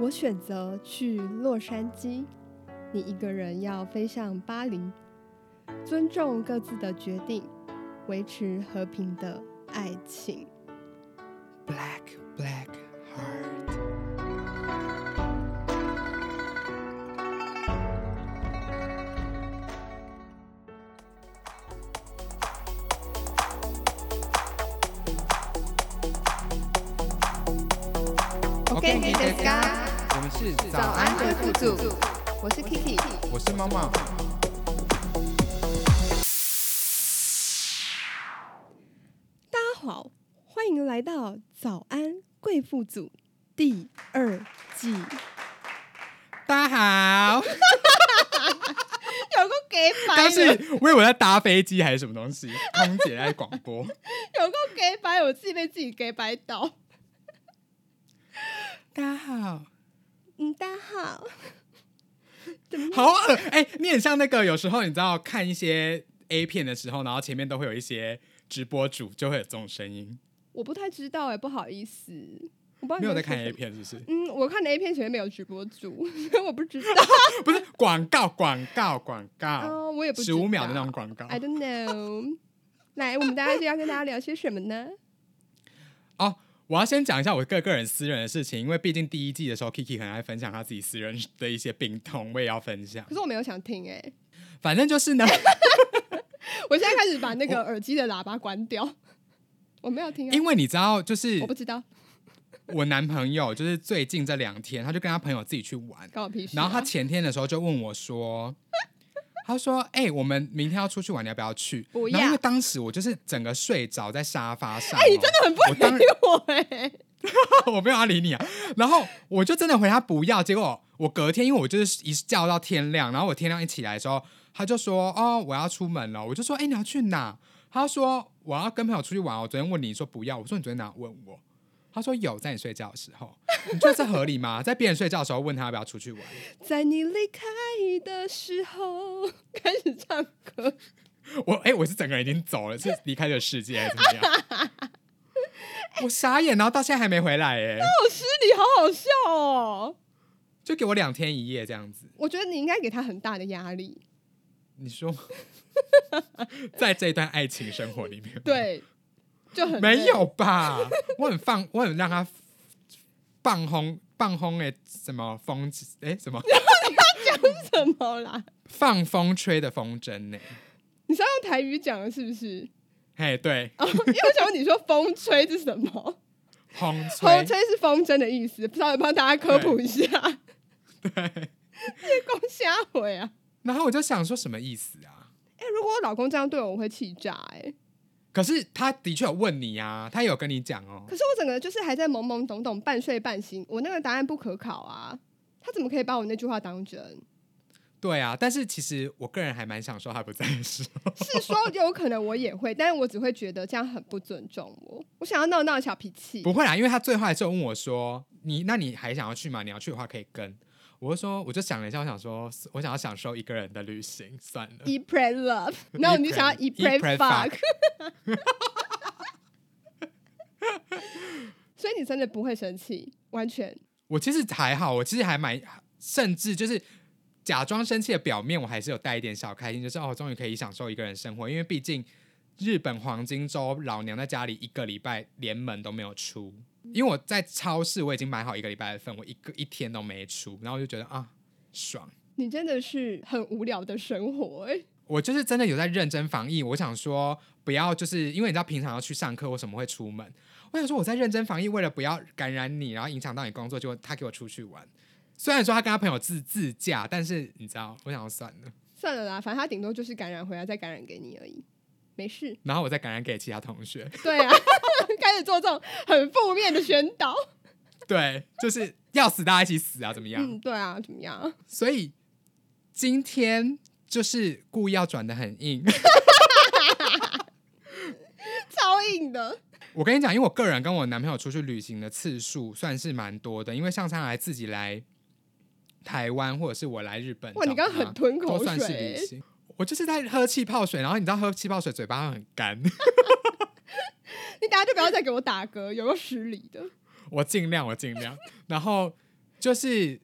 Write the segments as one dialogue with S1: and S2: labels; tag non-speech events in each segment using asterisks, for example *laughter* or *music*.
S1: 我选择去洛杉矶，你一个人要飞向巴黎。尊重各自的决定，维持和平的爱情。
S2: Black Black Heart。
S1: OK，
S2: OK，
S1: 大家
S2: 我们是
S1: 早安贵妇组，我是 Kiki。
S2: 我是猫猫。
S1: 大家好，欢迎来到《早安贵妇组》第二 *laughs* 季。
S2: 大家好，
S1: 有个给白
S2: 刚是我以为在搭飞机还是什么东西，空姐在广
S1: 有
S2: 播。
S1: 个给白，我自己被自己给白倒。
S2: 大家好，
S1: 嗯，大家好。
S2: 好恶哎、你很像那个有时候你知道看一些 A 片的时候，然后前面都会有一些直播主就会有这种声音，
S1: 我不太知道哎、不好意思，我不知道你
S2: 没有在
S1: 说
S2: 看
S1: 什
S2: A
S1: 么。
S2: 片是不是？ *laughs*
S1: 嗯，我看的 A 片前面没有直播主， *laughs* 所以我不知道。
S2: 不是广告，广告，广告，
S1: 哦，我也不知
S2: 啊十
S1: 道。
S2: 五秒的那种广告。
S1: I don't know。来， *laughs* 我们大家就要跟大家聊些什么呢？
S2: 哦，我要先讲一下我个个人私人的事情，因为毕竟第一季的时候，Kiki 很爱分享她自己私人的一些病痛，我也要分享
S1: *laughs* 可。是我没有想听哎、
S2: 反正就
S1: *laughs*
S2: 是呢，
S1: 我现在开始把那个耳机的喇叭关掉。我没有听、啊，
S2: 因为你知道，就是
S1: 我不知道，
S2: 我男朋友，就是最近这两天，他就跟他朋友自己去玩，
S1: 关我屁事啊、
S2: 然后他前天的时候就问我说。他说：“哎、我们明天要出去玩，你要不要去？”
S1: 不
S2: 然后因
S1: 要
S2: 为当时我就是整个睡着在沙发上、哦。
S1: 哎、你真的很
S2: 我
S1: 不
S2: 当
S1: 理我哎、
S2: *laughs* 我没有要理你啊。然后我就真的回他不要，结果我隔天因为我就是一觉到天亮，然后我天亮一起来的时候，他就说哦我要出门了，我就说哎、你要去哪？他说我要跟朋友出去玩，哦我昨天问你说不要，我说你昨天哪有问我？他说有，在你睡觉的时候，你觉得这合理吗？在别人睡觉的时候问他要不要出去玩，
S1: 在你离开的时候开始唱歌，
S2: *laughs* 我哎、我是整个人已经走了，是离开这个世界还是怎么样？
S1: *laughs*
S2: 我傻眼，然后到现在还没回来哎、
S1: 好失礼，好好笑哦。
S2: 就给我两天一夜这样子。
S1: 我觉得你应该给他很大的压力，*laughs*
S2: 你说，在这一段爱情生活里面，，
S1: 对，就很累
S2: 没有吧？我很放，我很让他放空，放空诶，什么风诶，
S1: *laughs*
S2: 什么
S1: 什么啦。
S2: 放风吹的风筝呢？
S1: 你是要用台语讲的，是不是？
S2: 嘿，对，
S1: 哦，因为我想问你说风吹是什么？
S2: 风
S1: 风
S2: *laughs* 吹，
S1: 吹是风筝的意思，稍微帮大家科普一下。 *laughs* 对，公瞎回啊！
S2: 然后我就想说什么意思啊？
S1: 哎、如果我老公这样对我，我会气炸哎、
S2: 可是他的确有问你啊，他有跟你讲哦
S1: 可，是我整个就是还在懵懵懂懂、半睡半醒，我那个答案不可考啊！他怎么可以把我那句话当真？
S2: 对啊，但是其实我个人还蛮享受他不在的时候， *laughs*
S1: 是说有可能我也会，但是我只会觉得这样很不尊重我。我想要闹闹小脾气，
S2: 不会啦，因为他最后还是有问我说：“你那你还想要去吗？你要去的话可以跟。”我就说，我就想了一下，我想说，我想要享受一个人的旅行，算了。
S1: e pray
S2: *laughs*
S1: love，然后你就想要 e
S2: Eat,
S1: pray
S2: pray, eat, pray,
S1: fuck。所以你真的不会生气，完全
S2: 我其实还好，我其实还蛮，甚至就是假装生气的表面，我还是有带一点小开心，就是哦，终于可以享受一个人生活，因为毕竟日本黄金周，老娘在家里一个礼拜连门都没有出，因为我在超市我已经买好一个礼拜的份，我一个一天都没出，然后我就觉得啊，爽。
S1: 你真的是很无聊的生活、欸。 *laughs*
S2: 我就是真的有在认真防疫，我想说不要，就是因为你知道平常要去上课，我什么会出门？我想说我在认真防疫，为了不要感染你，然后影响到你工作，结果他给我出去玩。虽然说他跟他朋友自自驾，但是你知道，我想要算了，
S1: 算了啦，反正他顶多就是感染回来再感染给你而已，没事。 *laughs*
S2: 然后我再感染给其他同学。 *laughs*
S1: 对啊， *laughs* 开始做这种很负面的宣导。
S2: 对，就是要死大家一起死啊，怎么样？
S1: 嗯，对啊，怎么样？ *laughs*
S2: 所以今天就是故意要转的很硬。
S1: 超硬
S2: *laughs*
S1: 的，
S2: 我跟你讲，因为我个人跟我男朋友出去旅行的次数算是蛮多的，因为像他来自己来台湾，或者是我来日本找
S1: 哇！
S2: 他，
S1: 你刚刚很吞口水、
S2: 都算是旅
S1: 欸，
S2: 行。我就是在喝气泡水，然后你知道喝气泡水嘴巴会很干，
S1: 你等下就不要再给我打嗝，有个失礼的。
S2: 我尽量，我尽量。然后就是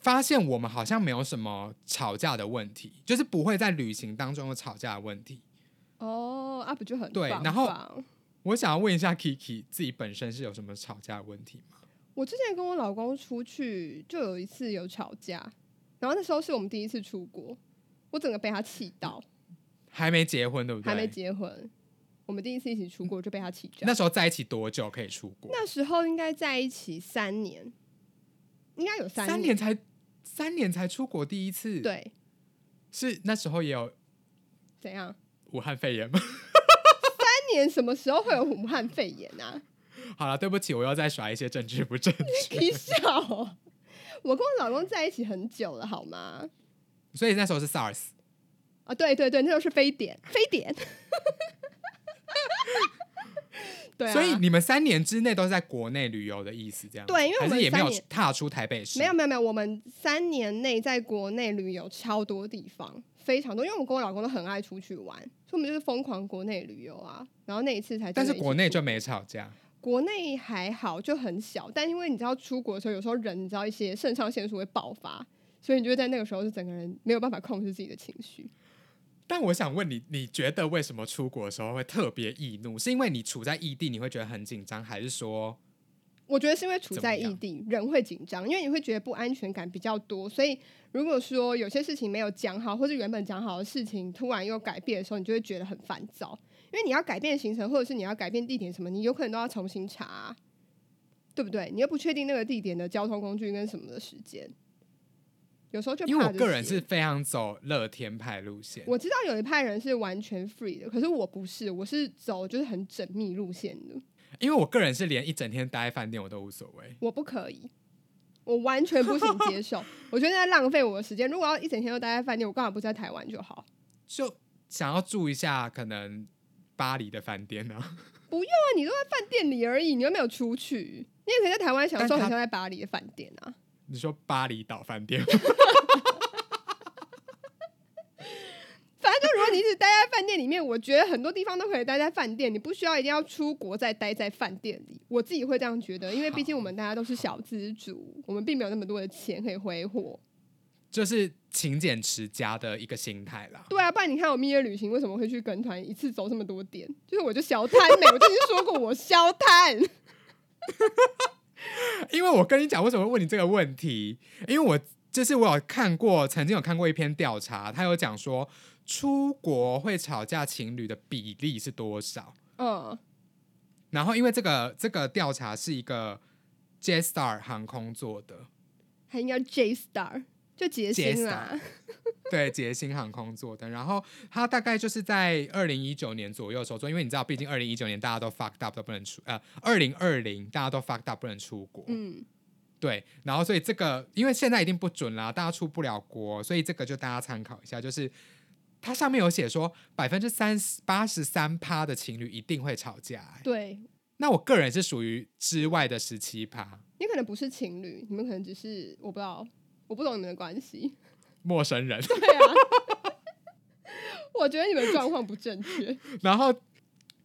S2: 发现我们好像没有什么吵架的问题，就是不会在旅行当中有吵架的问题。
S1: 哦，啊不就很
S2: 对
S1: 棒
S2: 然后
S1: 棒
S2: 我想要问一下 Kiki 自己本身是有什么吵架的问题吗？
S1: 我之前跟我老公出去，就有一次有吵架，然后那时候是我们第一次出国，我整个被他气到，
S2: 还没结婚对不对？
S1: 还没。结婚，我们第一次一起出国就被他气炸。
S2: 嗯那时候在一起多久可以出国？
S1: 那时候应该在一起三年，应该有三
S2: 三年才三年才出国第一次，，
S1: 对，
S2: 是那时候也有
S1: 怎样？
S2: 武汉肺炎吗？
S1: 三年什么时候会有武汉肺炎
S2: *laughs*
S1: 啊？
S2: 好了，对不起，我又在耍一些政治不正确，
S1: 你笑哦、我跟我老公在一起很久了，好吗？
S2: 所以那时候是 SARS。
S1: 啊，对对对，那就是非典，非典。 *laughs* 对啊，
S2: 所以你们三年之内都是在国内旅游的意思，这样
S1: 对因为我
S2: 还
S1: 们
S2: 是也没有
S1: 三年
S2: 踏出台北市，
S1: 没有没有没有，我们三年内在国内旅游超多地方，非常多，因为我跟我老公都很爱出去玩，所以我们就是疯狂国内旅游啊。然后那一次才真的
S2: 但是
S1: 一起
S2: 国内
S1: 出
S2: 就没吵架。
S1: 国内还好，就很小，但因为你知道出国的时候，有时候人你知道一些肾上腺素会爆发，所以你就会在那个时候是整个人没有办法控制自己的情绪。
S2: 但我想问你，你觉得为什么出国的时候会特别易怒？是因为你处在异地，你会觉得很紧张，还是说
S1: 我觉得是因为处在
S2: 怎么
S1: 异
S2: 样
S1: 地，人会紧张，因为你会觉得不安全感比较多，所以如果说有些事情没有讲好，或者原本讲好的事情突然又改变的时候，你就会觉得很烦躁，因为你要改变行程，或者是你要改变地点什么，你有可能都要重新查啊、对不对？你又不确定那个地点的交通工具跟什么的时间，有时候就
S2: 因为
S1: 怕
S2: 我
S1: 这
S2: 个人
S1: 些
S2: 是非常走乐天派路线，
S1: 我知道有一派人是完全 free 的，可是我不是，我是走就是很缜密路线的，
S2: 因为我个人是连一整天待在饭店我都无所谓。
S1: 我不可以，我完全不行接受，我觉得在浪费我的时间。如果要一整天都待在饭店，我干嘛不在台湾就好？
S2: 就想要住一下可能巴黎的饭店呢、啊， *laughs*
S1: 那你都在饭店里而已，你又没有出去，你也可以在台湾享受
S2: 但
S1: 很
S2: 他
S1: 像在巴黎的饭店啊。
S2: 你说巴厘岛饭店吗， *laughs*
S1: 反正就如果你一直待在饭店里面，我觉得很多地方都可以待在饭店，你不需要一定要出国再待在饭店里。我自己会这样觉得，因为毕竟我们大家都是小资族，我们并没有那么多的钱可以挥霍。
S2: 就是勤俭持家的一个心态啦。
S1: 对啊，不然你看我蜜月旅行为什么会去跟团，一次走这么多点？就是我就小贪美，我之前说过我消贪，
S2: 因为我跟你讲，为什么会问你这个问题？因为我就是我有看过，曾经有看过一篇调查，他有讲说出国会吵架情侣的比例是多少。
S1: 嗯，
S2: 然后因为这个这个调查是一个 Jetstar 航空做的，
S1: 还应该 J Star 就杰星啊啦，
S2: 对捷星航空做的。然后他大概就是在二零一九年左右的时候做，因为你知道，毕竟二零一九年大家都 fucked up 都不能出，呃，二零二零大家都 fucked up 不能出国，
S1: 嗯，
S2: 对，然后所以这个因为现在一定不准啦，大家出不了国，所以这个就大家参考一下，就是它上面有写说百分之三十八十三趴的情侣一定会吵架、欸
S1: 对
S2: 那我个人是属于之外的十七趴，
S1: 你可能不是情侣，你们可能只是我不知道，我不懂你们的关系，
S2: 陌生人。 *laughs*
S1: 对啊， *laughs* 我觉得你们状况不正
S2: *laughs*
S1: 确，
S2: 然后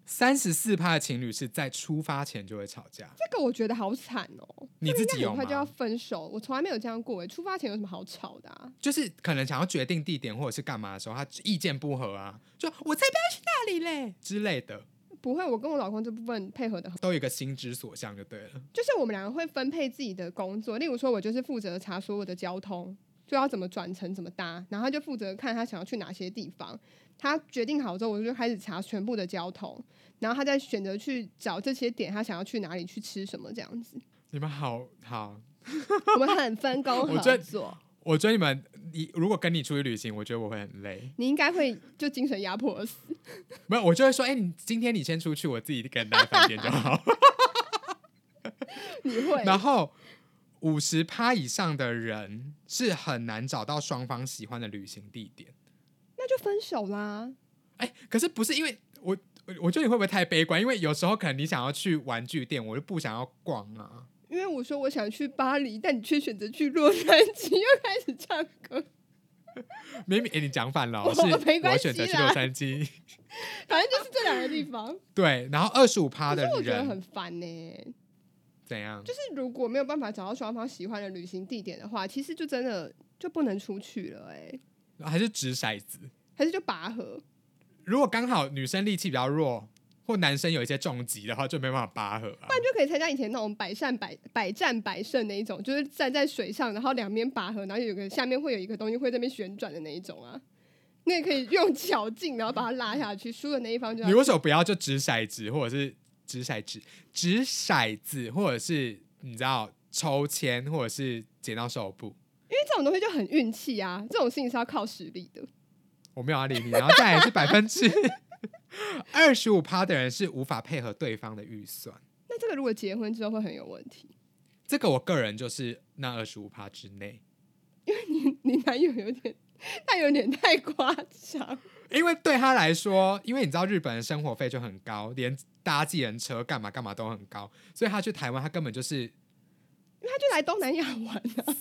S2: 三十四趴的情侣是在出发前就会吵架，
S1: 这个我觉得好惨哦，
S2: 你自己
S1: 那
S2: 有
S1: 很快就要
S2: 吗？
S1: 分手，我从来没有这样过诶，欸出发前有什么好吵的啊？
S2: 就是可能想要决定地点或者是干嘛的时候，他意见不合啊，就我才不要去那里嘞之类的，
S1: 不会，我跟我老公这部分配合的
S2: 都有一个心之所向就对了。
S1: 就是我们两个会分配自己的工作，例如说，我就是负责查所有的交通，就要怎么转乘、怎么搭，然后他就负责看他想要去哪些地方。他决定好之后，我就开始查全部的交通，然后他再选择去找这些点，他想要去哪里去吃什么这样子。
S2: 你们好好，
S1: 我们很分工
S2: *laughs* 我觉
S1: 合
S2: 得
S1: 作，
S2: 我觉得你们，你如果跟你出去旅行，我觉得我会很累。
S1: 你应该会就精神压
S2: *laughs*
S1: 迫而死。
S2: 没有，我就会说，哎、你今天你先出去，我自己一个人待饭店就好。
S1: 你会
S2: 然后五十趴以上的人是很难找到双方喜欢的旅行地点。
S1: 那就分手啦。
S2: 哎、可是不是因为我，我我觉得你会不会太悲观？因为有时候可能你想要去玩具店，我就不想要逛啊。
S1: 因为我说我想去巴黎，但你却选择去洛杉矶，又开始唱歌。
S2: 明明、哎，你讲反了哦，
S1: *laughs* 我
S2: 是
S1: 没关
S2: 我
S1: 系
S2: 选择去
S1: 啦
S2: 洛杉矶。 *laughs*
S1: 反正就是这两个地方，
S2: 对，然后二十五趴
S1: 可
S2: 的
S1: 是我觉得
S2: 人
S1: 很烦呢、
S2: 怎样？
S1: 就是如果没有办法找到双方喜欢的旅行地点的话，其实就真的就不能出去了、哎，
S2: 还是掷骰子？
S1: 还是就拔河。
S2: 如果刚好女生力气比较弱，或男生有一些重疾的话，就没办法拔河啊
S1: 不。然就可以参加以前那种百战百百战百胜那一种，就是站在水上，然后两边拔河，然后有个下面会有一个东西会在那边旋转的那一种啊。那也可以用脚劲，然后把它拉下去，输的那一方就
S2: 你
S1: 要
S2: 为什么不要就掷骰子，或者是掷骰子、掷骰子，或者是你知道抽签，或者是剪刀手布？
S1: 因为这种东西就很运气啊，这种事情是要靠实力的。
S2: 我没有要理你，然后再来是百
S1: *laughs*
S2: 分之二十五趴的人是无法配合对方的预算，
S1: 那这个如果结婚之后会很有问题。 *laughs*
S2: 这个我个人就是那二十五趴之内，
S1: 你你男友有点，他有点太夸张，
S2: 因为对他来说，因为你知道日本的生活费就很高，连搭计程车干嘛干嘛都很高，所以他去台湾，他根本就是
S1: 因为他就来东南亚玩啊。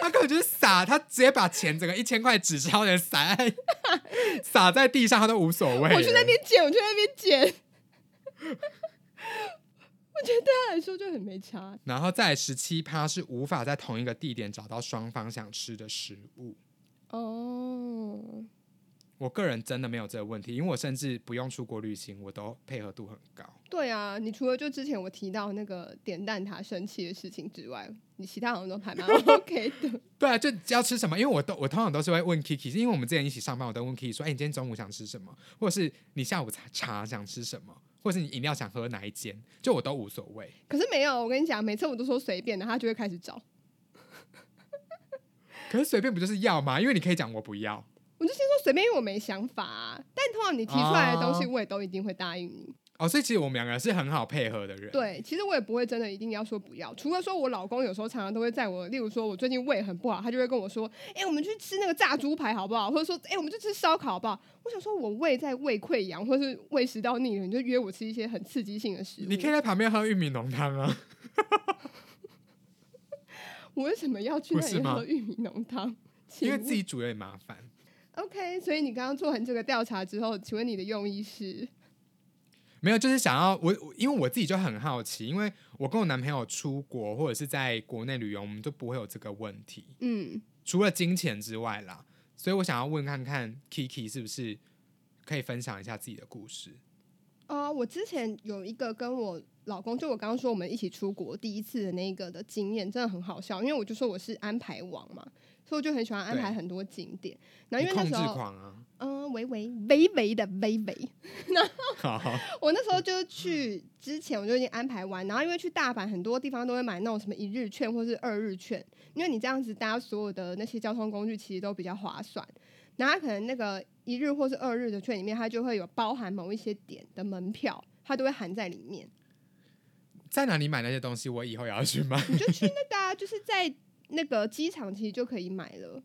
S2: 他根本就是撒，他直接把钱整个一千块纸钞人撒在 *laughs* 撒在地上，他都无所谓了。
S1: 我去那边捡，我去那边捡。 *laughs* 我觉得对他来说就很没差，
S2: 然后再十七趴是无法在同一个地点找到双方想吃的食物。
S1: 哦，
S2: 我个人真的没有这个问题，因为我甚至不用出国旅行，我都配合度很高。
S1: 对啊，你除了就之前我提到那个点蛋挞生气的事情之外，你其他好像都还蛮 *laughs* OK 的。
S2: 对啊，就要吃什么，因为我都我通常都是会问 Kiki，因为我们之前一起上班，我都问 Kiki 说：“哎、你今天中午想吃什么？或者是你下午茶茶想吃什么？或者是你饮料想喝哪一间？”就我都无所谓。
S1: 可是没有，我跟你讲，每次我都说随便的，他就会开始找。
S2: 可是随便不就是要吗？因为你可以讲我不要。
S1: 我就先说随便，因为我没想法、啊。但通常你提出来的东西，我也都一定会答应你。
S2: 哦，所以其实我们两个是很好配合的人。
S1: 对，其实我也不会真的一定要说不要，除了说我老公有时候常常都会在我，例如说我最近胃很不好，他就会跟我说：“哎、我们去吃那个炸猪排好不好？”或者说：“哎、我们去吃烧烤好不好？”我想说，我胃在胃溃疡，或是胃食道逆流，你就约我吃一些很刺激性的食物。
S2: 你可以在旁边喝玉米浓汤啊。
S1: 我为什么要去
S2: 不
S1: 那
S2: 是
S1: 里
S2: 吗
S1: 喝玉米浓汤？
S2: 因为
S1: 请
S2: 自己煮有点麻烦。
S1: 问 OK，所以你刚刚做完这个调查之后，请问你的用意是？
S2: 没有，就是想要我，我因为我自己就很好奇，因为我跟我男朋友出国或者是在国内旅游，我们就不会有这个问题，
S1: 嗯，
S2: 除了金钱之外啦。所以我想要问看看 Kiki 是不是可以分享一下自己的故事。
S1: 呃，我之前有一个跟我老公，就我刚刚说我们一起出国第一次的那个的经验，真的很好笑，因为我就说我是安排王嘛，所以我就很喜欢安排
S2: 对
S1: 很多景点。然
S2: 你
S1: 后因为那
S2: 控制
S1: 时候，*laughs*
S2: 狂啊！
S1: 嗯、微微微微的微微，
S2: 好，
S1: 我那时候就是去之前我就已经安排完，然后因为去大阪很多地方都会买那种什么一日券或是二日券，因为你这样子搭所有的那些交通工具其实都比较划算。然后它可能那个一日或是二日的券里面，它就会有包含某一些点的门票，它都会含在里面。
S2: 在哪里买那些东西？我以后也要
S1: *laughs*
S2: 去买
S1: 你就去那个、啊，就是在那个机场其实就可以买了。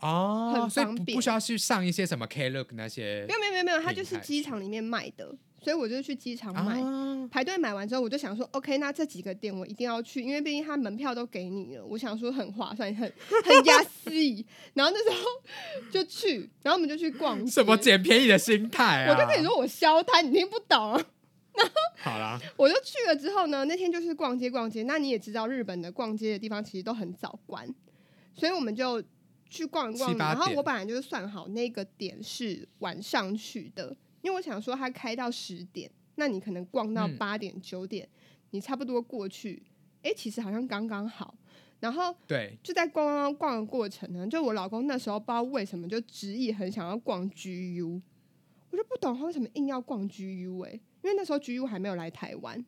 S2: 哦，
S1: 很
S2: 所以
S1: 方
S2: 不
S1: 便
S2: 不需要去上一些什么 Klook 那些
S1: 没有没有没有没有，它就是
S2: 厉害
S1: 机场里面卖的，所以我就去机场
S2: 啊
S1: 买。排队买完之后，我就想说，OK，那这几个店我一定要去，因为毕竟它门票都给你了，我想说很划算，
S2: *laughs*
S1: 很很压思议。然后那时候就去，然后我们就去逛街
S2: 什么捡便宜的心态啊！
S1: 我就跟你，说我消摊，你听不懂啊。
S2: 好啦，
S1: 我就去了之后呢，那天就是逛街逛街。那你也知道，日本的逛街的地方其实都很早关，所以我们就去逛一逛。
S2: 七八
S1: 然后
S2: 点
S1: 我本来就是算好那个点是晚上去的，因为我想说它开到十点，那你可能逛到
S2: 嗯
S1: 八点九点，你差不多过去，诶，其实好像刚刚好。然后
S2: 对，
S1: 就在逛逛逛的过程呢，就我老公那时候不知道为什么就执意很想要逛 GU，我就不懂他为什么硬要逛 GU 哎、因为那时候 GU 还没有来台湾，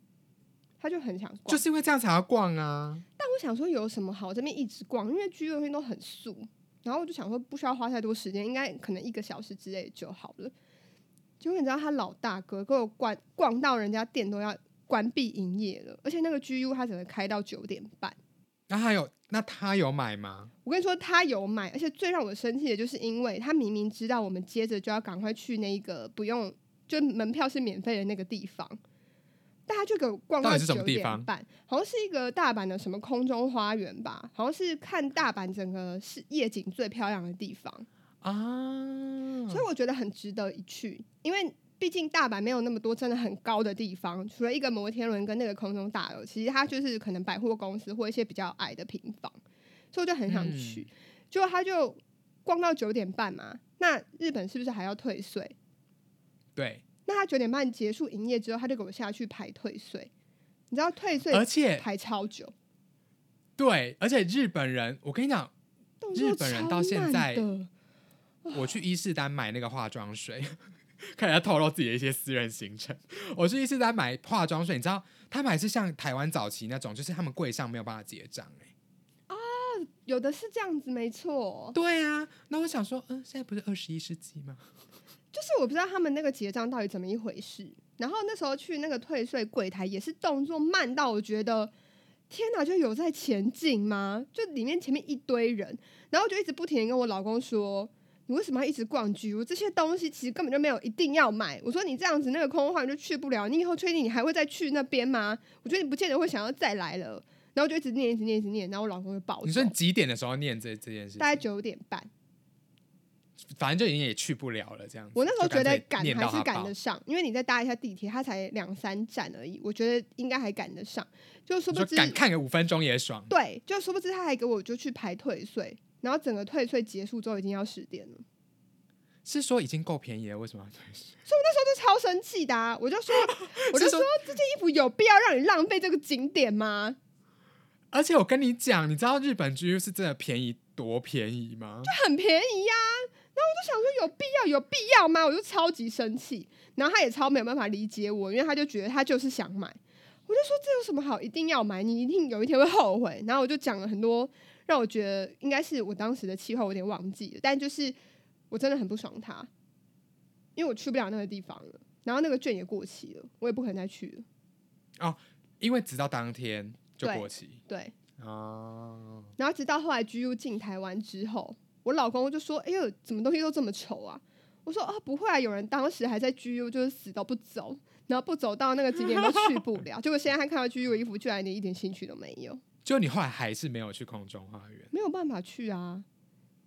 S1: 他就很想逛。
S2: 就是因为这样才要逛啊。
S1: 但我想说有什么好这边一直逛，因为 GU 的东西都很素，然后我就想说不需要花太多时间，应该可能一个小时之类就好了。结果你知道他老大哥给我逛逛到人家店都要关闭营业了，而且那个 GU 他只能开到九点半。
S2: 那他有那他有买吗？
S1: 我跟你说，他有买，而且最让我生气的就是，因为他明明知道我们接着就要赶快去那个不用，就门票是免费的那个地方，但他就给我逛
S2: 到
S1: 到
S2: 底是什
S1: 九
S2: 么地
S1: 点
S2: 方
S1: 半，好像是一个大阪的什么空中花园吧，好像是看大阪整个是夜景最漂亮的地方，
S2: 啊，
S1: 所以我觉得很值得一去，因为毕竟大阪没有那么多真的很高的地方，除了一个摩天轮跟那个空中大楼，其实它就是可能百货公司或一些比较矮的平房，
S2: 嗯
S1: 所以我就很想去。结果他就逛到九点半嘛，那日本是不是还要退税？
S2: 对，
S1: 那他九点半结束营业之后，他就给我下去排退税，你知道退税
S2: 而且
S1: 排超久，
S2: 对，而且日本人，我跟你讲，
S1: 动作
S2: 日本人
S1: 超
S2: 到现
S1: 慢
S2: 在
S1: 的
S2: 我去伊势丹买那个化妆水， *laughs* 开始在透露自己的一些私人行程。我去伊势丹买化妆水，你知道他们还是像台湾早期那种，就是他们柜上没有办法结账、欸，
S1: 有的是这样子，没错。
S2: 对啊，那我想说，嗯、现在不是二十一世纪吗？
S1: 就是我不知道他们那个结账到底怎么一回事。然后那时候去那个退税柜台也是动作慢到我觉得天哪，就有在前进吗？就里面前面一堆人，然后我就一直不停的跟我老公说。你为什么要一直逛居屋？这些东西其实根本就没有一定要买。我说你这样子那个空空话就去不了，你以后确定你还会再去那边吗？我觉得你不见得会想要再来了。然后我就一直念，一直念，一直念。然后我老公就暴
S2: 你说你
S1: 走，
S2: 几点的时候念这这件事情？
S1: 大概九点半。
S2: 反正就已经也去不了了，这样子。
S1: 我那时候
S2: 就
S1: 觉得
S2: 脆
S1: 赶
S2: 念
S1: 还
S2: 到
S1: 是
S2: 他
S1: 赶
S2: 爆
S1: 得上，因为你再搭一下地铁，它才两三站而已，我觉得应该还赶得上。就殊
S2: 我
S1: 不
S2: 说
S1: 知，
S2: 赶看个五分钟也爽。
S1: 对，就殊不知他还给我就去排退税，然后整个退税结束之后已经要十点了，
S2: 是说已经够便宜了，为什么要退税？
S1: 那时候就超生气的、啊，我就说， *laughs* 我就是说这件衣服有必要让你浪费这个景点吗？
S2: 而且我跟你讲，你知道日本居是真的便宜多便宜吗？
S1: 很便宜呀、然后我就想说，有必要有必要吗？我就超级生气，然后他也超没有办法理解我，因为他就觉得他就是想买。我就说这有什么好一定要买？你一定有一天会后悔。然后我就讲了很多让我觉得应该是我当时的气话，我有点忘记了，但就是我真的很不爽他，因为我去不了那个地方了，然后那个券也过期了，我也不可能再去了。
S2: 因为直到当天就
S1: 对
S2: 过期
S1: 对，
S2: 哦。
S1: 然后直到后来 GU 进台湾之后，我老公就说：“哎呦，怎么东西都这么丑啊？”我说：“啊，不会啊，有人当时还在 GU 就是死都不走，然后不走到那个景点都去不了。 *laughs* 结果现在他看到 GU 的衣服，居然连一点兴趣都没有，
S2: 就你后来还是没有去空中花园，
S1: 没有办法去啊。”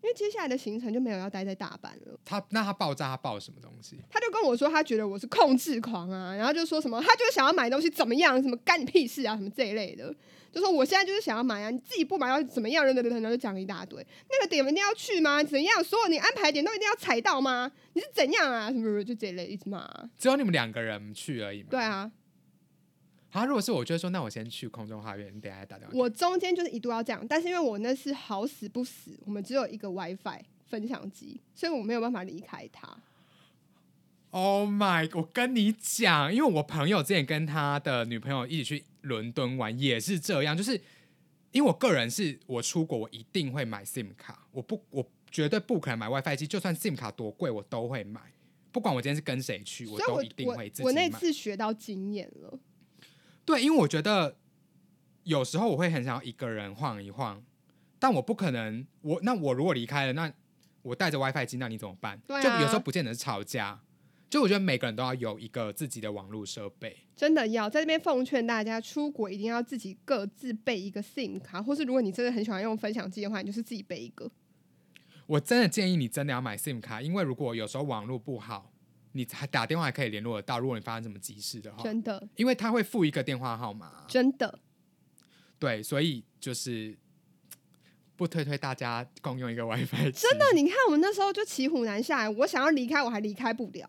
S1: 因为接下来的行程就没有要待在大阪了，
S2: 他那他爆炸他爆什么东西？
S1: 他就跟我说他觉得我是控制狂啊，然后就说什么他就是想要买东西怎么样，什么干你屁事啊，什么这一类的，就说我现在就是想要买啊，你自己不买要怎么样，等等等，然后就讲了一大堆。那个点一定要去吗？怎样？所有你安排点都一定要踩到吗？你是怎样啊？什么什么就这一类一直骂啊。
S2: 只有你们两个人去而已嘛。
S1: 对。啊，
S2: 啊，如果是我就会说，那我先去空中花园，你等一下再打电话。
S1: 我中间就是一度要这样，但是因为我那是好死不死，我们只有一个 WiFi 分享机，所以我没有办法离开它。
S2: Oh my！我跟你讲，因为我朋友之前跟他的女朋友一起去伦敦玩，也是这样，就是因为我个人是我出国，我一定会买 SIM 卡，我不，我绝对不可能买 WiFi 机，就算 SIM 卡多贵，我都会买，不管我今天是跟谁去，
S1: 所以
S2: 都
S1: 我
S2: 一定
S1: 我
S2: 会自己买。
S1: 我那次学到经验了，
S2: 对，因为我觉得有时候我会很想要一个人晃一晃，但我不可能，我那我如果离开了，那我带着 WiFi 机，那你怎么办？
S1: 对啊
S2: 就有时候不见得是吵架，就我觉得每个人都要有一个自己的网络设备。
S1: 真的要在这边奉劝大家，出国一定要自己各自备一个 SIM 卡，或是如果你真的很喜欢用分享机的话，你就是自己备一个。
S2: 我真的建议你真的要买 SIM 卡，因为如果有时候网络不好，你还打电话还可以联络得到。如果你发生什么急事的话，
S1: 真的，
S2: 因为他会附一个电话号码，
S1: 真的，
S2: 对，所以就是不推推大家共用一个 *laughs* WiFi 机。
S1: 真的，你看我们那时候就骑虎难下来，我想要离开我还离开不了，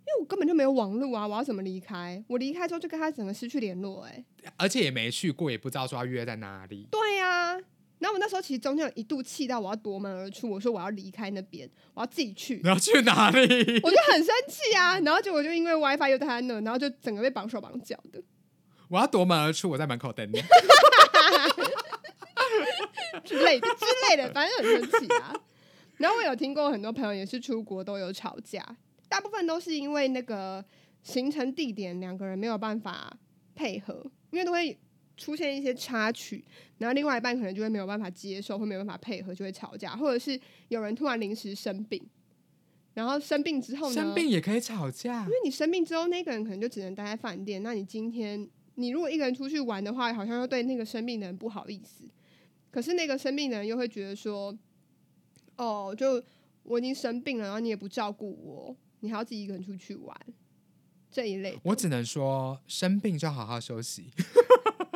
S1: 因为我根本就没有网络啊，我要怎么离开？我离开之后就跟他整个失去联络、哎，
S2: 而且也没去过，也不知道说要约在哪里。
S1: 对呀、然后我那时候其实中间有一度气到我要夺门而出，我说我要离开那边，我要自己去
S2: 你，要去哪里？ *laughs*
S1: 我就很生气啊。然后结果就因为 WiFi 又在他那，然后就整个被绑手绑脚的，
S2: 我要夺门而出，我在门口等你。
S1: 之类的之类的，反正很生气啊。然后我有听过很多朋友也是出国都有吵架，大部分都是因为那个行程地点两个人没有办法配合，因为都会出现一些插曲，然后另外一半可能就会没有办法接受，会没有办法配合，就会吵架，或者是有人突然临时生病，然后生病之后呢，
S2: 生病也可以吵架
S1: 因，为你生病之后，那个人可能就只能待在饭店。那你今天你如果一个人出去玩的话，好像又对那个生病的人不好意思。可是那个生病的人又会觉得说，哦，就我已经生病了，然后你也不照顾我，你还要自己一个人出去玩这一类的。
S2: 我只能说，生病就好好休息，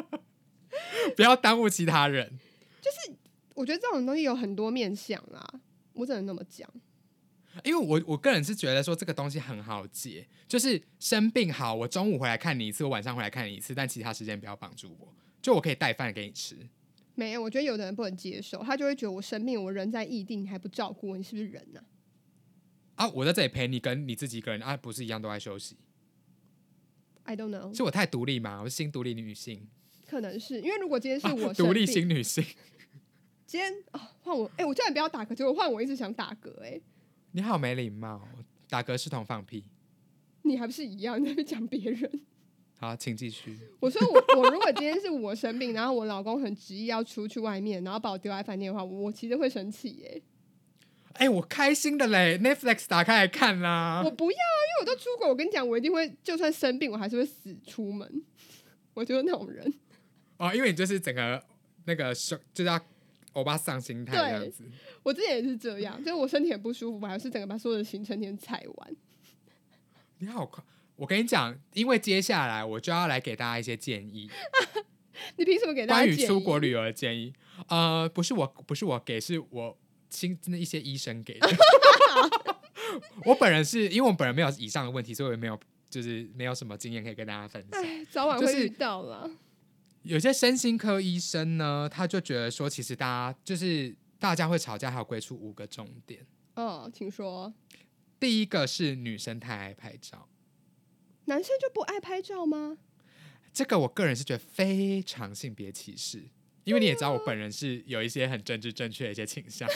S2: *laughs* 不要耽误其他人。
S1: 我觉得这种东西有很多面向啦，我只能那么讲。
S2: 因为我我个人是觉得说这个东西很好解，就是生病好，我中午回来看你一次，我晚上回来看你一次，但其他时间不要绑住我，就我可以带饭给你吃。
S1: 没有，我觉得有的人不能接受，他就会觉得我生病，我人在异地，你还不照顾我，你是不是人呐、
S2: 啊，我在这里陪你，跟你自己一个人啊，不是一样都在休息？
S1: i don't know，
S2: 是我太独立吗？我是新独立女性，
S1: 可能是因为如果今天是
S2: 啊
S1: 我
S2: 独
S1: 生
S2: 立
S1: 病
S2: 新女性。
S1: 今天哦，换我，哎、我叫你不要打嗝，结果换我一直想打嗝、哎，
S2: 你好没礼貌，打嗝是同放屁。
S1: 你还不是一样你在那边讲别人？
S2: 好，请继续。
S1: 我说我 *laughs* 我如果今天是我生病，然后我老公很执意要出去外面，然后把我丢在饭店的话，我其实会生气耶、
S2: 哎、我开心的嘞，Netflix 打开来看啦
S1: 我。不要啊，因为我都出国，我跟你讲，我一定会，就算生病，我还是会死出门。 *laughs* 我就是那种人，
S2: 哦，因为你就是整个那个手就叫欧巴桑心态这样子。
S1: 我之前也是这样，就是我身体很不舒服，我还是整个把所有的行程先踩完。
S2: 你好快，我跟你讲，因为接下来我就要来给大家一些建议，
S1: 你凭什么给大家
S2: 关于
S1: 建
S2: 出国
S1: 议？
S2: 旅游的建议。呃，不是我，不是我给，是我亲那一些医生
S1: *laughs*
S2: 给的。我本人是因为我本人没有以上的问题，所以我没有就是没有什么经验可以跟大家分享。
S1: 哎，早晚会
S2: 就是
S1: 遇到啦。
S2: 有些身心科医生呢，他就觉得说，其实大家就是大家会吵架，还有归出五个重点。
S1: 哦，请说，
S2: 第一个是女生太爱拍照，
S1: 男生就不爱拍照吗？
S2: 这个我个人是觉得非常性别歧视，因为你也知道我本人是有一些很政治正确的一些倾向，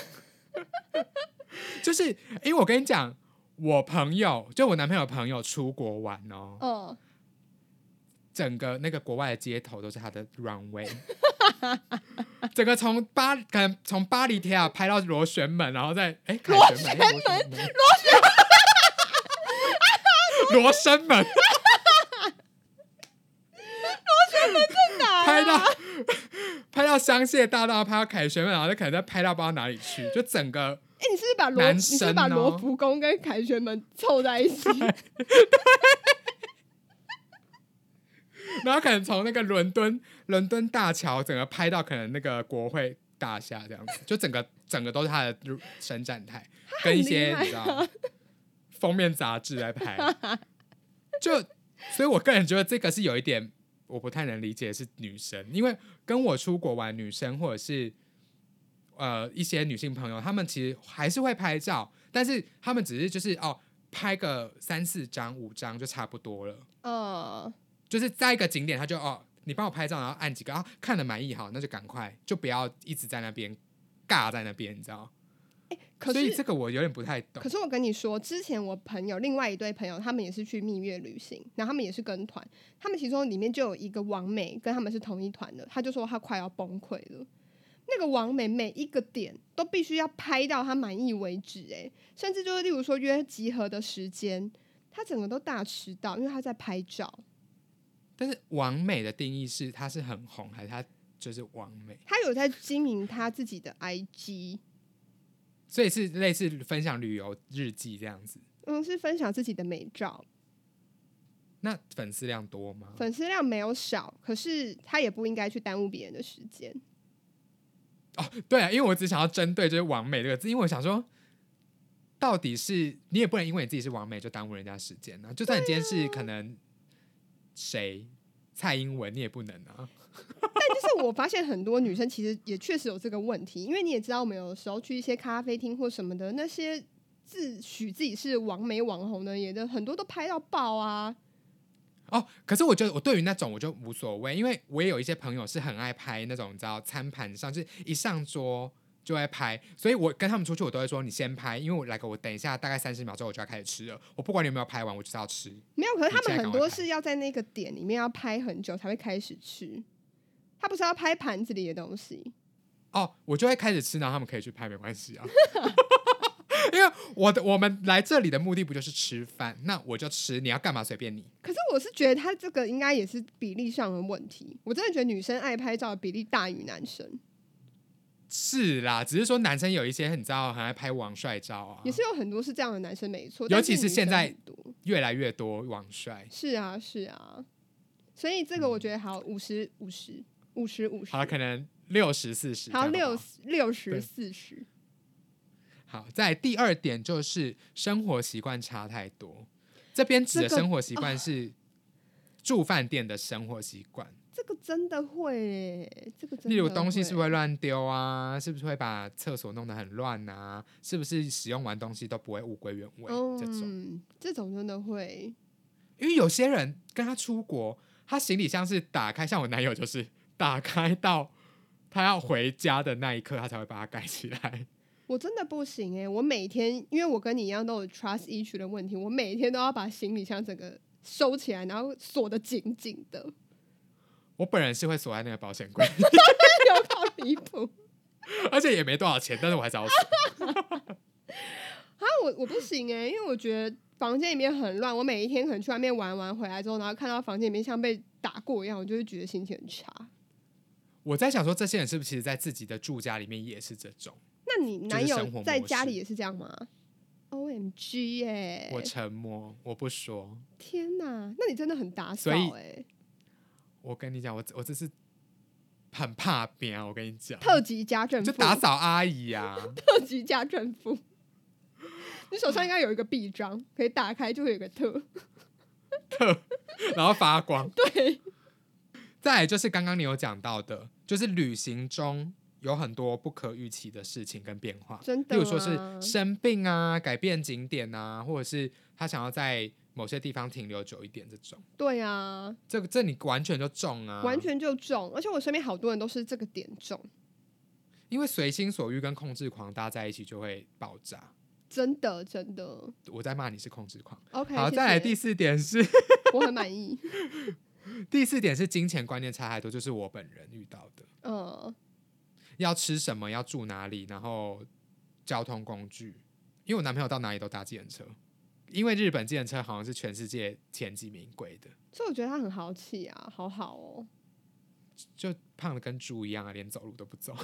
S2: *laughs* 就是因为我跟你讲，我朋友就我男朋友的朋友出国玩哦，
S1: 哦，
S2: 整个那个国外的街头都是他的 runway，整个从巴可能从巴黎铁塔拍到螺旋门，然后再哎看
S1: 螺
S2: 旋门螺旋门螺旋螺旋门
S1: 哪
S2: 拍到拍到香榭大道，拍到凯旋门，然后再可能再拍到不知道哪里去，就整个
S1: 哎、你是不是把罗、
S2: 男
S1: 你是不是把
S2: 生哦
S1: 罗浮宫跟凯旋门凑在一
S2: *laughs*
S1: 起？
S2: 然后可能从那个伦敦伦敦大桥整个拍到可能那个国会大厦这样子，就整个整个都是他的伸展台，跟一些
S1: 很厉害啊
S2: 你知道 *laughs* 封面杂志
S1: *laughs*
S2: 来拍，就所以我个人觉得这个是有一点我不太能理解的是女生，因为跟我出国玩女生或者是呃一些女性朋友，她们其实还是会拍照，但是她们只是就是哦拍个三四张五张就差不多了。
S1: 哦，
S2: 就是在一个景点，他就哦，你帮我拍照，然后按几个啊，看了满意好，那就赶快，就不要一直在那边尬在那边，你知道？
S1: 哎可
S2: 所以
S1: 是
S2: 这个我有点不太懂
S1: 可。是我跟你说，之前我朋友另外一对朋友，他们也是去蜜月旅行，然后他们也是跟团，他们其中里面就有一个王美跟他们是同一团的，他就说他快要崩溃了。那个王美每一个点都必须要拍到他满意为止，诶，甚至就是例如说约集合的时间，他整个都大迟到，因为他在拍照。
S2: 但是完美的定义是，她是很红，还是她就是完美？
S1: 他有在经营他自己的 IG，
S2: 所以是类似分享旅游日记这样子。
S1: 嗯，是分享自己的美照，
S2: 那粉丝量多吗？
S1: 粉丝量没有少，可是他也不应该去耽误别人的时间。 *laughs*
S2: 对啊，因为我只想要针对就是完美这个字，因为我想说，到底是你也不能因为你自己是完美就耽误人家时间啊。就算你今天是可能谁蔡英文，你也不能啊。
S1: 就是我发现很多女生其实也确实有这个问题，因为你也知道，我们有时候去一些咖啡厅或什么的，那些自诩自己是网美网红的，也都很多都拍到爆啊。
S2: 哦，可是我觉得我对于那种我就无所谓，因为我也有一些朋友是很爱拍那种，你知道餐盘上就是一上桌就会拍，所以我跟他们出去我都会说你先拍，因为我来个我等一下大概三十秒之后我就要开始吃了，我不管你有没有拍完，我就是要吃。
S1: 没有，可是他
S2: 你现
S1: 们
S2: 在赶
S1: 很
S2: 快
S1: 多
S2: 拍
S1: 是要在那个点里面要拍很久才会开始吃，他不是要拍盘子里的东西。
S2: 哦，我就会开始吃，然后他们可以去拍，没关系啊。 *laughs* 因为我的我们来这里的目的不就是吃饭，那我就吃，你要干嘛随便你。
S1: 可是我是觉得他这个应该也是比例上的问题，我真的觉得女生爱拍照的比例大于男生。
S2: 是啦，只是说男生有一些你知道很爱拍网帅照啊
S1: 也，是有很多是这样的男生没错，
S2: 尤
S1: 但
S2: 其是
S1: 女
S2: 现
S1: 生
S2: 在
S1: 很多
S2: 越来越多网帅。
S1: 是啊是啊，所以这个我觉得好五十五十五十五十，
S2: 嗯好了，可能六十四十，
S1: 好六
S2: 十。
S1: 六十
S2: 对
S1: 四十，
S2: 好，在第二点就是生活习惯差太多。这边指的
S1: 这个啊
S2: 生活习惯是住饭店的生活习惯，
S1: 这个真的会耶，这个真的
S2: 例如东西是不
S1: 会
S2: 是会乱丢啊？是不是会把厕所弄得很乱啊？是不是使用完东西都不会物归原位？这种，
S1: 嗯，这种真的会，
S2: 因为有些人跟他出国，他行李箱是打开，像我男友就是打开到他要回家的那一刻，他才会把它盖起来。
S1: 我真的不行哎、我每天因为我跟你一样都有 trust issue 的问题，我每天都要把行李箱整个收起来，然后锁得紧紧的， *laughs*
S2: 我本人是会锁在那个保险柜，
S1: 有好离谱。
S2: 而且也没多少钱，但是我还是要锁。
S1: 啊，我我不行哎、因为我觉得房间里面很乱，我每一天可能去外面玩完回来之后，然后看到房间里面像被打过一样，我就会觉得心情很差。
S2: 我在想说，这些人是不是其实在自己的住家里面也是这种？
S1: 那你男
S2: 就是生活
S1: 友
S2: 模
S1: 在家里
S2: 式
S1: 也是这样吗？O M G 哎、
S2: 我沉默，我不说。
S1: 天哪，那你真的很打扫
S2: 所以
S1: 哎、
S2: 我跟你讲，我我这是很怕别人。我跟你讲，
S1: 特级家政
S2: 就
S1: 妇，
S2: 打扫阿姨啊，
S1: 特级家政妇。你手上应该有一个臂章，可以打开就会有个
S2: *laughs*
S1: 特。
S2: 然后发光。
S1: *laughs* 对，
S2: 再来就是刚刚你有讲到的，就是旅行中有很多不可预期的事情跟变化，
S1: 真的、
S2: 例
S1: 啊。
S2: 如说是生病啊、改变景点啊，或者是他想要在某些地方停留久一点这种。
S1: 对啊，
S2: 这个这你完全就中啊，
S1: 完全就中，而且我身边好多人都是这个点中，
S2: 因为随心所欲跟控制狂搭在一起就会爆炸。
S1: 真的真的。
S2: 我在骂你是控制狂。
S1: OK，
S2: 好，
S1: 谢
S2: 再来
S1: 谢
S2: 第四点是 *laughs*
S1: 我很满意。
S2: 第四点是金钱观念差太多，就是我本人遇到的，
S1: 嗯，
S2: 要吃什么，要住哪里，然后交通工具，因为我男朋友到哪里都搭计程车，因为日本计程车好像是全世界前几名贵的，
S1: 所以我觉得他很豪气啊，好好哦。
S2: 就胖的跟猪一样啊，连走路都不走。 *laughs*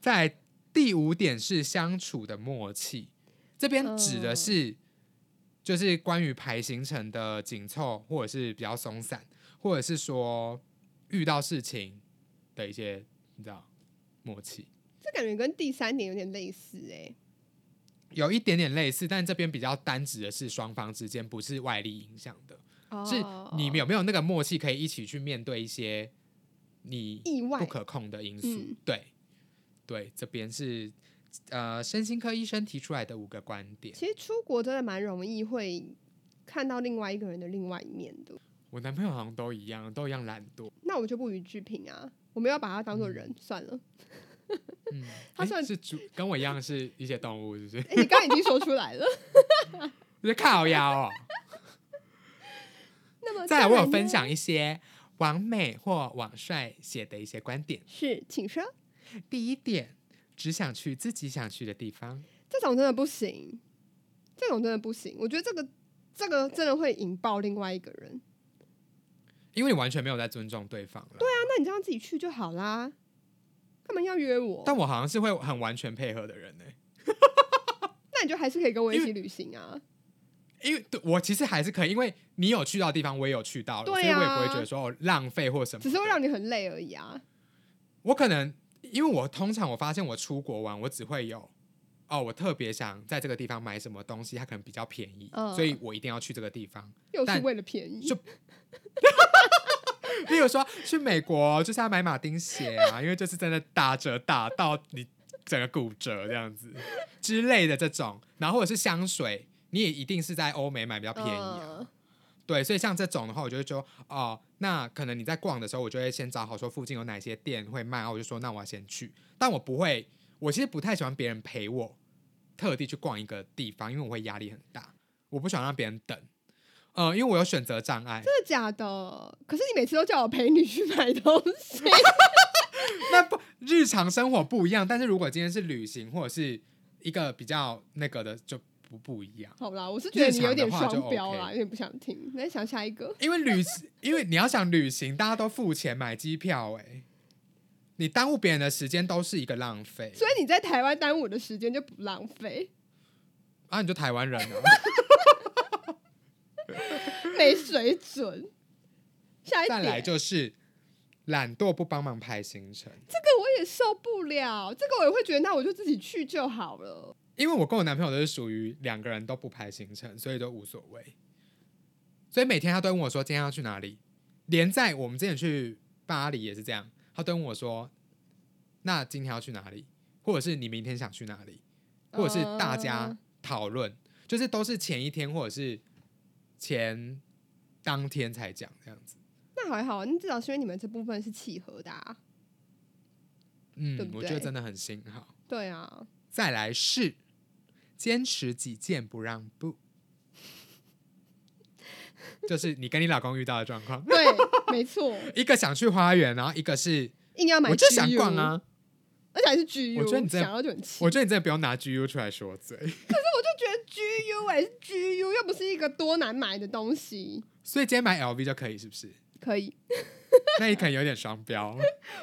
S2: 再来第五点是相处的默契，这边指的是、就是关于排行程的紧凑，或者是比较松散，或者是说遇到事情的一些你知道默契，
S1: 这感觉跟第三点有点类似哎、
S2: 有一点点类似，但这边比较单指的是双方之间，不是外力影响的，是
S1: 哦
S2: 你们有没有那个默契可以一起去面对一些你
S1: 意外
S2: 不可控的因素。
S1: 嗯
S2: 对，对，这边是呃身心科医生提出来的五个观点。
S1: 其实出国真的蛮容易会看到另外一个人的另外一面的，
S2: 我男朋友好像都一样，都一样懒惰。
S1: 那我就不予置评啊。我没有把他当做人，算了。
S2: *laughs* 嗯，
S1: 他
S2: 诶
S1: 算
S2: 是猪，跟我一样是一些动物，是不是？
S1: 哎、你刚刚已经说出来了。 *laughs*
S2: 我是靠腰哦。
S1: 那么
S2: 再 *laughs* 来，我有
S1: 呢
S2: 分享一些网美或网帅写的一些观点。
S1: 是，请说。
S2: 第一点，只想去自己想去的地方。
S1: 这种真的不行，这种真的不行。我觉得这个这个真的会引爆另外一个人。
S2: 因为你完全没有在尊重对方了。对啊，
S1: 那那你这样自己去就好啦，干嘛要约我？
S2: 但我好像是会很完全配合的人呢、欸
S1: 那你就还是可以跟我一
S2: 因
S1: 起旅行啊。
S2: 因为对我其实还是可以，因为你有去到的地方，我也有去到了，
S1: 对啊
S2: 所以我也不会觉得说哦浪费或什么的。
S1: 只是会让你很累而已啊。
S2: 我可能因为我通常我发现我出国玩，我只会有哦，我特别想在这个地方买什么东西，它可能比较便宜，
S1: 嗯
S2: 所以我一定要去这个地方。 *laughs*
S1: 又是
S2: 但
S1: 为了便宜，
S2: 就例如说去美国就是要买马丁鞋啊，因为就是真的打折打到你整个骨折这
S1: *laughs*
S2: 样子之类的这种，然后或者是香水，你也一定是在欧美买比较便宜啊。
S1: 嗯
S2: 对，所以像这种的话，我就会说，哦，那可能你在逛的时候，我就会先找好说附近有哪些店会卖，然后我就说，那我要先去。但我不会，我其实不太喜欢别人陪我特地去逛一个地方，因为我会压力很大，我不喜欢让别人等。呃，因为我有选择障碍，
S1: 真的假的？可是你每次都叫我陪你去买东
S2: *laughs*
S1: 西，
S2: 那不日常生活不一样，但是如果今天是旅行或者是一个比较那个的，就不不一样。
S1: 好啦，我是觉得你有点双标
S2: 日常的
S1: 啦，
S2: 话就 OK
S1: 有点不想听。那想下一个，
S2: 因为旅，因为你要想旅行，大家都付钱买机票、欸，你耽误别人的时间都是一个浪费。
S1: 所以你在台湾耽误我的时间就不浪费， *laughs*
S2: 啊，你就台湾人了，
S1: 没水准。下一
S2: 再来
S1: 点，
S2: 就是懒惰不帮忙排行程。
S1: 这个我也受不了，这个我也会觉得，那我就自己去就好了。
S2: 因为我跟我男朋友都是属于两个人都不排行程，所以都无所谓。所以每天他都问我说今天要去哪里，连在我们之前去巴黎也是这样，他都问我说那今天要去哪里，或者是你明天想去哪里，或者是大家
S1: 嗯
S2: 讨论，就是都是前一天或者是前当天才讲这样子。
S1: 那还好，那至少是因为你们这部分是契合的、啊。
S2: 嗯，
S1: 对不
S2: 我觉得
S1: 对
S2: 真的很幸好。
S1: 对啊，
S2: 再来是坚持己见不让步， *laughs* 就是你跟你老公遇到的状况，
S1: 对，没错，
S2: 一个想去花园，然后一个是
S1: 硬要买，
S2: 我就想逛，啊。
S1: 而且还是 GU，
S2: 我觉得你真的
S1: 想要就很气。
S2: 我觉得你真的不用拿 GU 出来说嘴。
S1: 我就觉得 GU 哎、是 GU 又不是一个多难买的东西，
S2: 所以今天买 LV 就可以，是
S1: *laughs*
S2: 不是？
S1: 可以，
S2: 那你可能有点双标，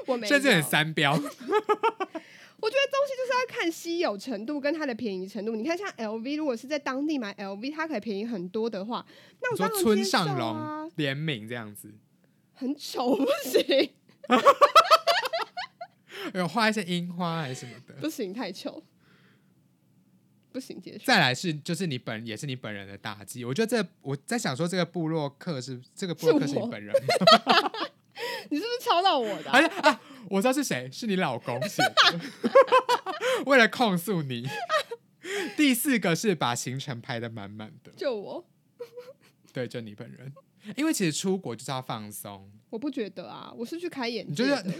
S1: 我没有，
S2: 甚至很三标。
S1: 我觉得东西就是要看稀有程度跟它的便宜程度。你看，像 LV，如果是在当地买 LV，它可以便宜很多的话，那
S2: 你
S1: 我
S2: 说
S1: 当然
S2: 村
S1: 接受
S2: 上
S1: 啊
S2: 隆，联名这样子，
S1: 很丑不行， *laughs*
S2: 有画一些樱花还是什么的。
S1: 不行太丑，不行接受。
S2: 再来是就是你本也是你本人的打击，我觉得这我在想说这个部落客是这个部落客是
S1: 是
S2: 你
S1: 我
S2: 本人吗
S1: 你是不是抄到我的啊、
S2: 还是啊，我知道是谁，是你 *laughs* 老公写的。为了控诉你，第四个是把行程排得满满的，
S1: 就我，
S2: 对，就你本人。因为其实出国就是要放松，
S1: 我不觉得啊，我是去开眼
S2: 你
S1: 界
S2: 觉得
S1: 的，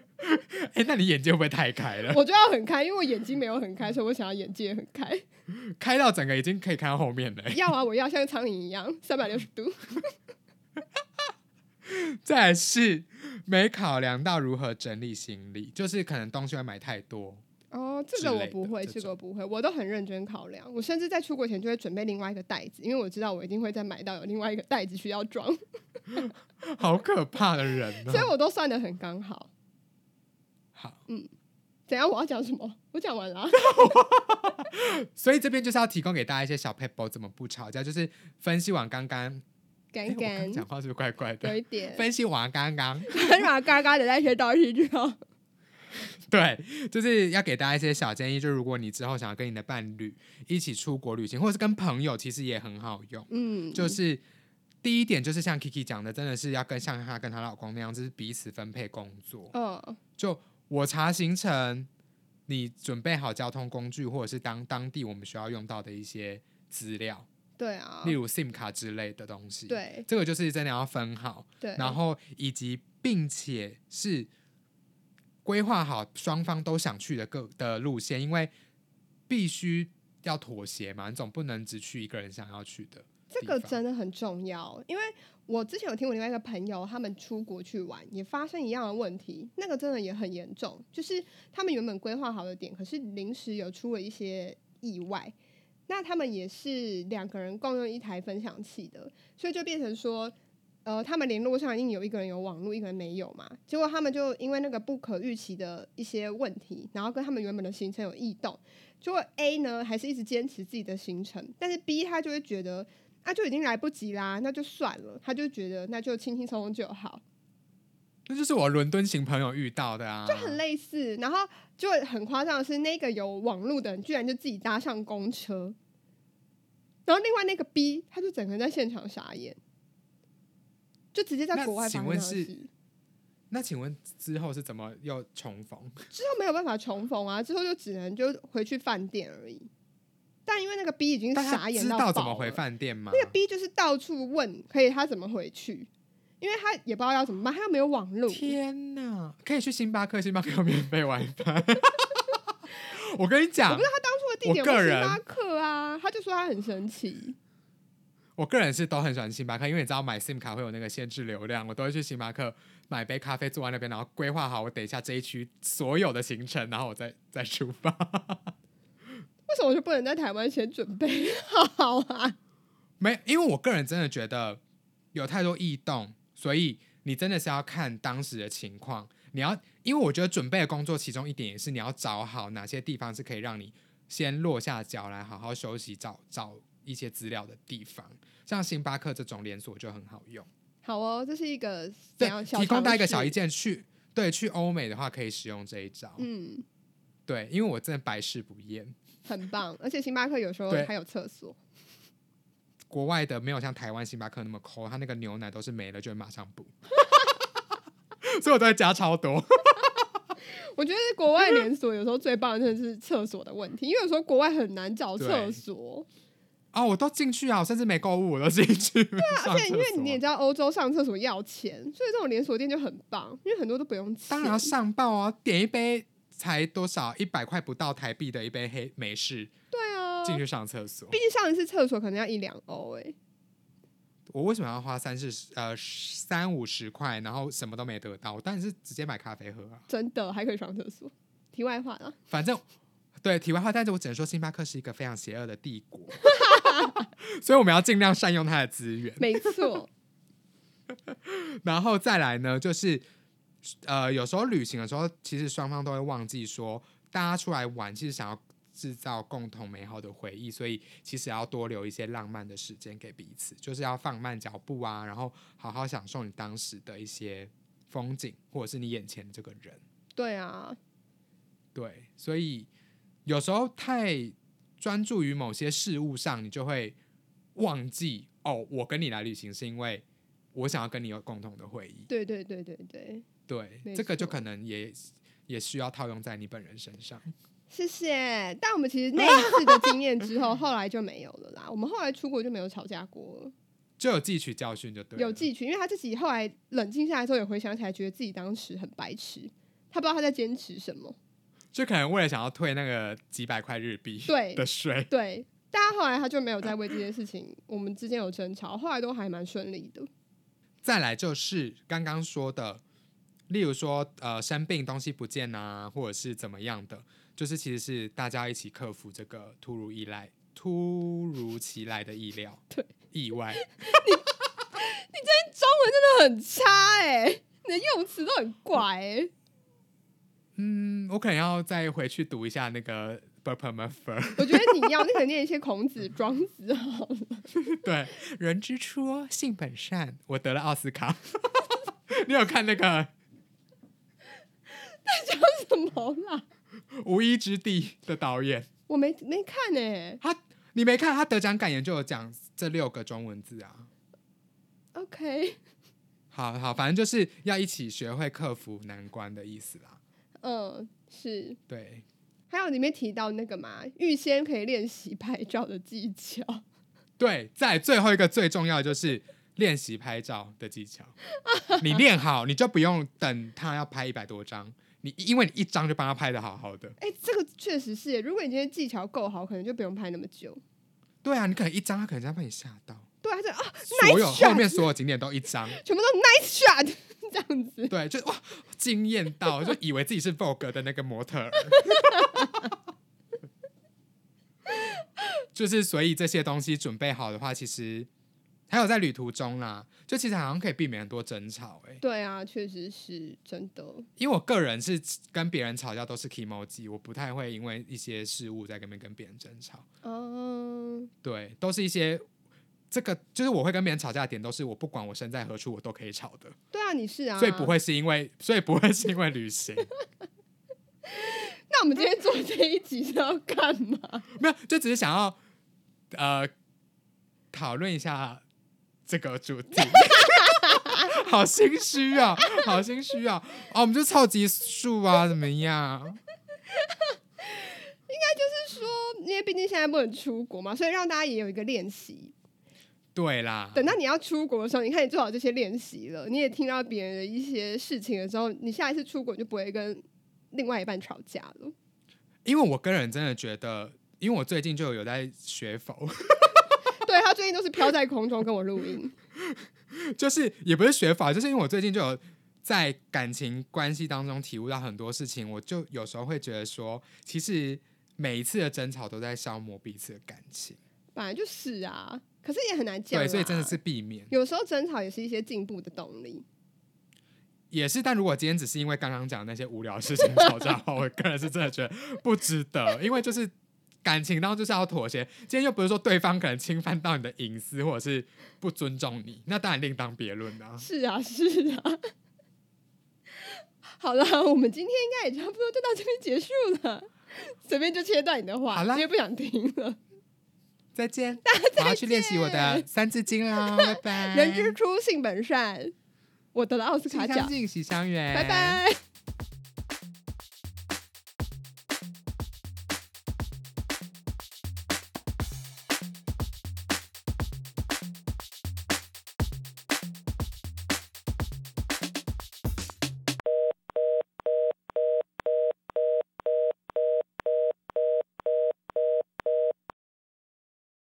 S2: *laughs* 哎、那你眼界会不会太开了？
S1: 我就要很开，因为我眼睛没有很开，所以我想要眼界很开。
S2: 开到整个已经可以看到后面了、
S1: 要啊，我要像苍蝇一样三百六十
S2: 嗯
S1: 度。
S2: 再来是没考量到如何整理行李，就是可能东西会买太多，
S1: 哦，这
S2: 之
S1: 个
S2: 类
S1: 我
S2: 的
S1: 不会，
S2: 这
S1: 这个
S2: 种
S1: 我不会，我都很认真考量。我甚至在出国前就会准备另外一个袋子，因为我知道我一定会再买到有另外一个袋子需要装，
S2: 好可怕的人呢、
S1: 所以我都算的很刚好。
S2: 好，
S1: 怎样？我要讲什么？我讲完了
S2: *laughs*
S1: 啊。
S2: 所以这边就是要提供给大家一些小 p e b 怎么不吵架，就是分析完刚刚，哎、
S1: 干
S2: 我刚
S1: 干
S2: 刚讲话是不是怪怪的？
S1: 有一点，
S2: 分析完刚刚， *laughs*
S1: 很 *laughs* 软嘎嘎的那些东西之后，
S2: 对，就是要给大家一些小建议。就如果你之后想要跟你的伴侣一起出国旅行，或是跟朋友，其实也很好用。
S1: 嗯，
S2: 就是第一点，就是像 Kiki 讲的，真的是要跟像她跟她老公那样，就是彼此分配工作。
S1: 嗯，
S2: 就我查行程，你准备好交通工具，或者是当当地我们需要用到的一些资料，
S1: 对啊
S2: 例，如 SIM 卡之类的东西。，
S1: 对
S2: 这个就是真的要分好。
S1: 对，
S2: 然后以及并且是规划好双方都想去的各的路线，因为必须要妥协嘛，你总不能只去一个人想要去的地
S1: 这个
S2: 方。
S1: 真的很重要，因为我之前有听我另外一个朋友，他们出国去玩也发生一样的问题，那个真的也很严重，就是他们原本规划好的点，可是临时有出了一些意外。那他们也是两个人共用一台分享器的，所以就变成说，呃，他们联络上一定有一个人有网络，一个人没有嘛。结果他们就因为那个不可预期的一些问题，然后跟他们原本的行程有异动。结果 A 呢，还是一直坚持自己的行程，但是 B 他就会觉得啊，就已经来不及啦，那就算了。他就觉得那就轻轻松松就好，
S2: 那就是我伦敦型朋友遇到的啊，就
S1: 很类似。然后就很夸张的是，那个有网络的人居然就自己搭上公车，然后另外那个 B 他就整个人在现场傻眼，就直接在
S2: 那
S1: 国外发
S2: 请
S1: 生
S2: 问
S1: 这样的
S2: 是
S1: 事
S2: 那请问之后是怎么又重逢？
S1: 之后没有办法重逢啊，之后就只能就回去饭店而已。但因为那个 B 已经
S2: 大
S1: 傻
S2: 家
S1: 眼
S2: 知
S1: 爆
S2: 道怎么
S1: 了
S2: 回饭店吗？
S1: 那个 B 就是到处问，可以他怎么回去，因为他也不知道要怎么办，他又没有网络。
S2: 天哪，可以去星巴克，星巴克有免费 WiFi。我跟你讲，
S1: 那地点
S2: 我个
S1: 有
S2: 人
S1: 星巴克啊，他就说他很神奇。
S2: 我个人是都很喜欢星巴克，因为你知道买 SIM 卡会有那个限制流量，我都会去星巴克买杯咖啡，坐在那边，然后规划好我等一下这一区所有的行程，然后我再再出发。
S1: 为什么就不能在台湾先准备 *laughs* 好啊？
S2: 没，因为我个人真的觉得有太多异动，所以你真的是要看当时的情况，你要，因为我觉得准备的工作其中一点也是你要找好哪些地方是可以让你先落下脚来好好休息，找找一些资料的地方。像星巴克这种连锁就很好用，
S1: 好哦，这是一个怎
S2: 对
S1: 样，小
S2: 提供大家一个小
S1: 常识
S2: 意见，去对去欧美的话可以使用这一招，
S1: 嗯，
S2: 对，因为我真的百试不厌，
S1: 很棒。而且星巴克有时候
S2: 对
S1: 还有厕所，
S2: 国外的没有像台湾星巴克那么抠，它那个牛奶都是没了就会马上补， *laughs* 所以我都会加超多。
S1: 我觉得国外连锁有时候最棒的真的是厕所的问题，因为有时候国外很难找厕
S2: 对
S1: 所，
S2: 哦，我都进去啊，我甚至没购物，我都进去。对啊
S1: 而且因为你也知道欧洲上厕所要钱，所以这种连锁店就很棒，因为很多都不用钱。
S2: 当然要上报哦，点一杯才多少，一百块不到台币的一杯黑美式，
S1: 对啊，
S2: 进去上厕所
S1: 毕。竟上一次厕所可能要一两欧哎，
S2: 我为什么要花三四十呃三五十块，然后什么都没得到？我当然是直接买咖啡喝啊。
S1: 真的还可以上厕所。题外话啦，
S2: 反正对题外话，但是我只能说星巴克是一个非常邪恶的帝国， *laughs* 所以我们要尽量善用它的资源。
S1: 没
S2: *laughs*
S1: 错，
S2: 然后再来呢，就是呃，有时候旅行的时候，其实双方都会忘记说，大家出来玩其实想要制造共同美好的回忆，所以其实要多留一些浪漫的时间给彼此，就是要放慢脚步啊，然后好好享受你当时的一些风景，或者是你眼前这个人。
S1: 对啊，
S2: 对，所以有时候太专注于某些事物上，你就会忘记哦，我跟你来旅行是因为我想要跟你有共同的回忆。
S1: 对对对对对，
S2: 对
S1: 没，
S2: 这个就
S1: 错
S2: 可能也也需要套用在你本人身上。
S1: 谢谢。但我们其实那一次的经验 *laughs* 之后，后来就没有了啦。我们后来出国就没有吵架过了，
S2: 就有汲取教训就对了。
S1: 有记取，因为他自己后来冷静下来之后，也回想起来，觉得自己当时很白痴，他不知道他在坚持什么。
S2: 就可能为了想要退那个几百块日币
S1: 对
S2: 的税，
S1: 对，但他后来他就没有再为这件事情，我们之间有争吵，后来都还蛮顺利的。
S2: 再来就是刚刚说的，例如说呃生病东西不见啊，或者是怎么样的，就是其实是大家一起克服这个突如意来、突如其来的意料、
S1: 对
S2: 意外。
S1: 中文真的很差哎、你的用词都很怪哎、
S2: 嗯，我可能要再回去读一下那个 b u r p e m u f f e r
S1: 我觉得你要那个念一些孔子、庄子 *laughs* 好了。
S2: *laughs* 对，人之初性本善，我得了奥斯卡。 *laughs* 你有看那个
S1: 什么啦？
S2: 《无依之地》的导演？
S1: 我没没看哎、
S2: 你没看他得奖感言就有讲这六个中文字啊。
S1: OK，
S2: 好好，反正就是要一起学会克服难关的意思啦。
S1: 嗯，是。
S2: 对，
S1: 还有里面提到那个嘛，预先可以练习拍照的技巧。 *laughs*
S2: 对，在最后一个最重要的就是练习拍照的技巧。 *laughs* 你练好，你就不用等他要拍一百多张，你因为你一张就帮他拍的好好的。
S1: 哎、这个确实是耶，如果你今天技巧够好，可能就不用拍那么久。
S2: 对啊，你可能一张，他可能这样被你吓到。
S1: 对啊，这啊
S2: 所有
S1: Nice shot
S2: 后面所有景点都一张，
S1: 全部都 nice shot 这样子。
S2: 对，就哇惊艳到，就以为自己是 Vogue 的那个模特儿。 *laughs* 就是所以这些东西准备好的话，其实还有在旅途中啦，就其实好像可以避免很多争吵、欸。
S1: 对啊，确实是真的。
S2: 因为我个人是跟别人吵架都是 emoji，我不太会因为一些事物在跟别跟别人争吵。
S1: 嗯，
S2: 对，都是一些这个就是我会跟别人吵架的点，都是我不管我身在何处，我都可以吵的。
S1: 对啊，你是啊，
S2: 所以不。会是因为，所以不会是因为旅行，
S1: 那我们今天做这一集是要干嘛？ *laughs*
S2: 没有，就只是想要呃讨论一下这个主题。 *laughs* 好心虚啊，好心虚啊！哦，我们就凑集数啊，怎么样？
S1: 是说，因为毕竟现在不能出国嘛，所以让大家也有一个练习。
S2: 对啦，
S1: 等到你要出国的时候，你看你做好这些练习了，你也听到别人的一些事情的时候，你下一次出国就不会跟另外一半吵架
S2: *laughs*
S1: 了。
S2: 因为我个人真的觉得，因为我最近就有在学佛， *laughs*
S1: 对他最近都是飘在空中跟我录音，
S2: 就是也不是学法，就是因为我最近就有在感情关系当中体悟到很多事情，我就有时候会觉得说，其实每一次的争吵都在消磨彼此的感情，
S1: 本来就是啊，可是也很难讲啦。
S2: 对，所以真的是避免。
S1: 有时候争吵也是一些进步的动力。
S2: 也是，但如果今天只是因为刚刚讲的那些无聊事情吵架的话，我个人是真的觉得不值得，因为就是感情当中就是要妥协。今天又不是说对方可能侵犯到你的隐私，或者是不尊重你，那当然另当别论啊。
S1: 是啊，是啊。 *laughs* 好了，我们今天应该也差不多就到这边结束了，随便就切断你的话，
S2: 好啦
S1: 因为不想听了。
S2: 再见，我要去练习我的三字经啦，拜
S1: *laughs*
S2: 拜。
S1: 人之初，性本善，我得了奥斯
S2: 喜
S1: 卡
S2: 相
S1: 奖，
S2: 近，喜相远，
S1: 拜拜。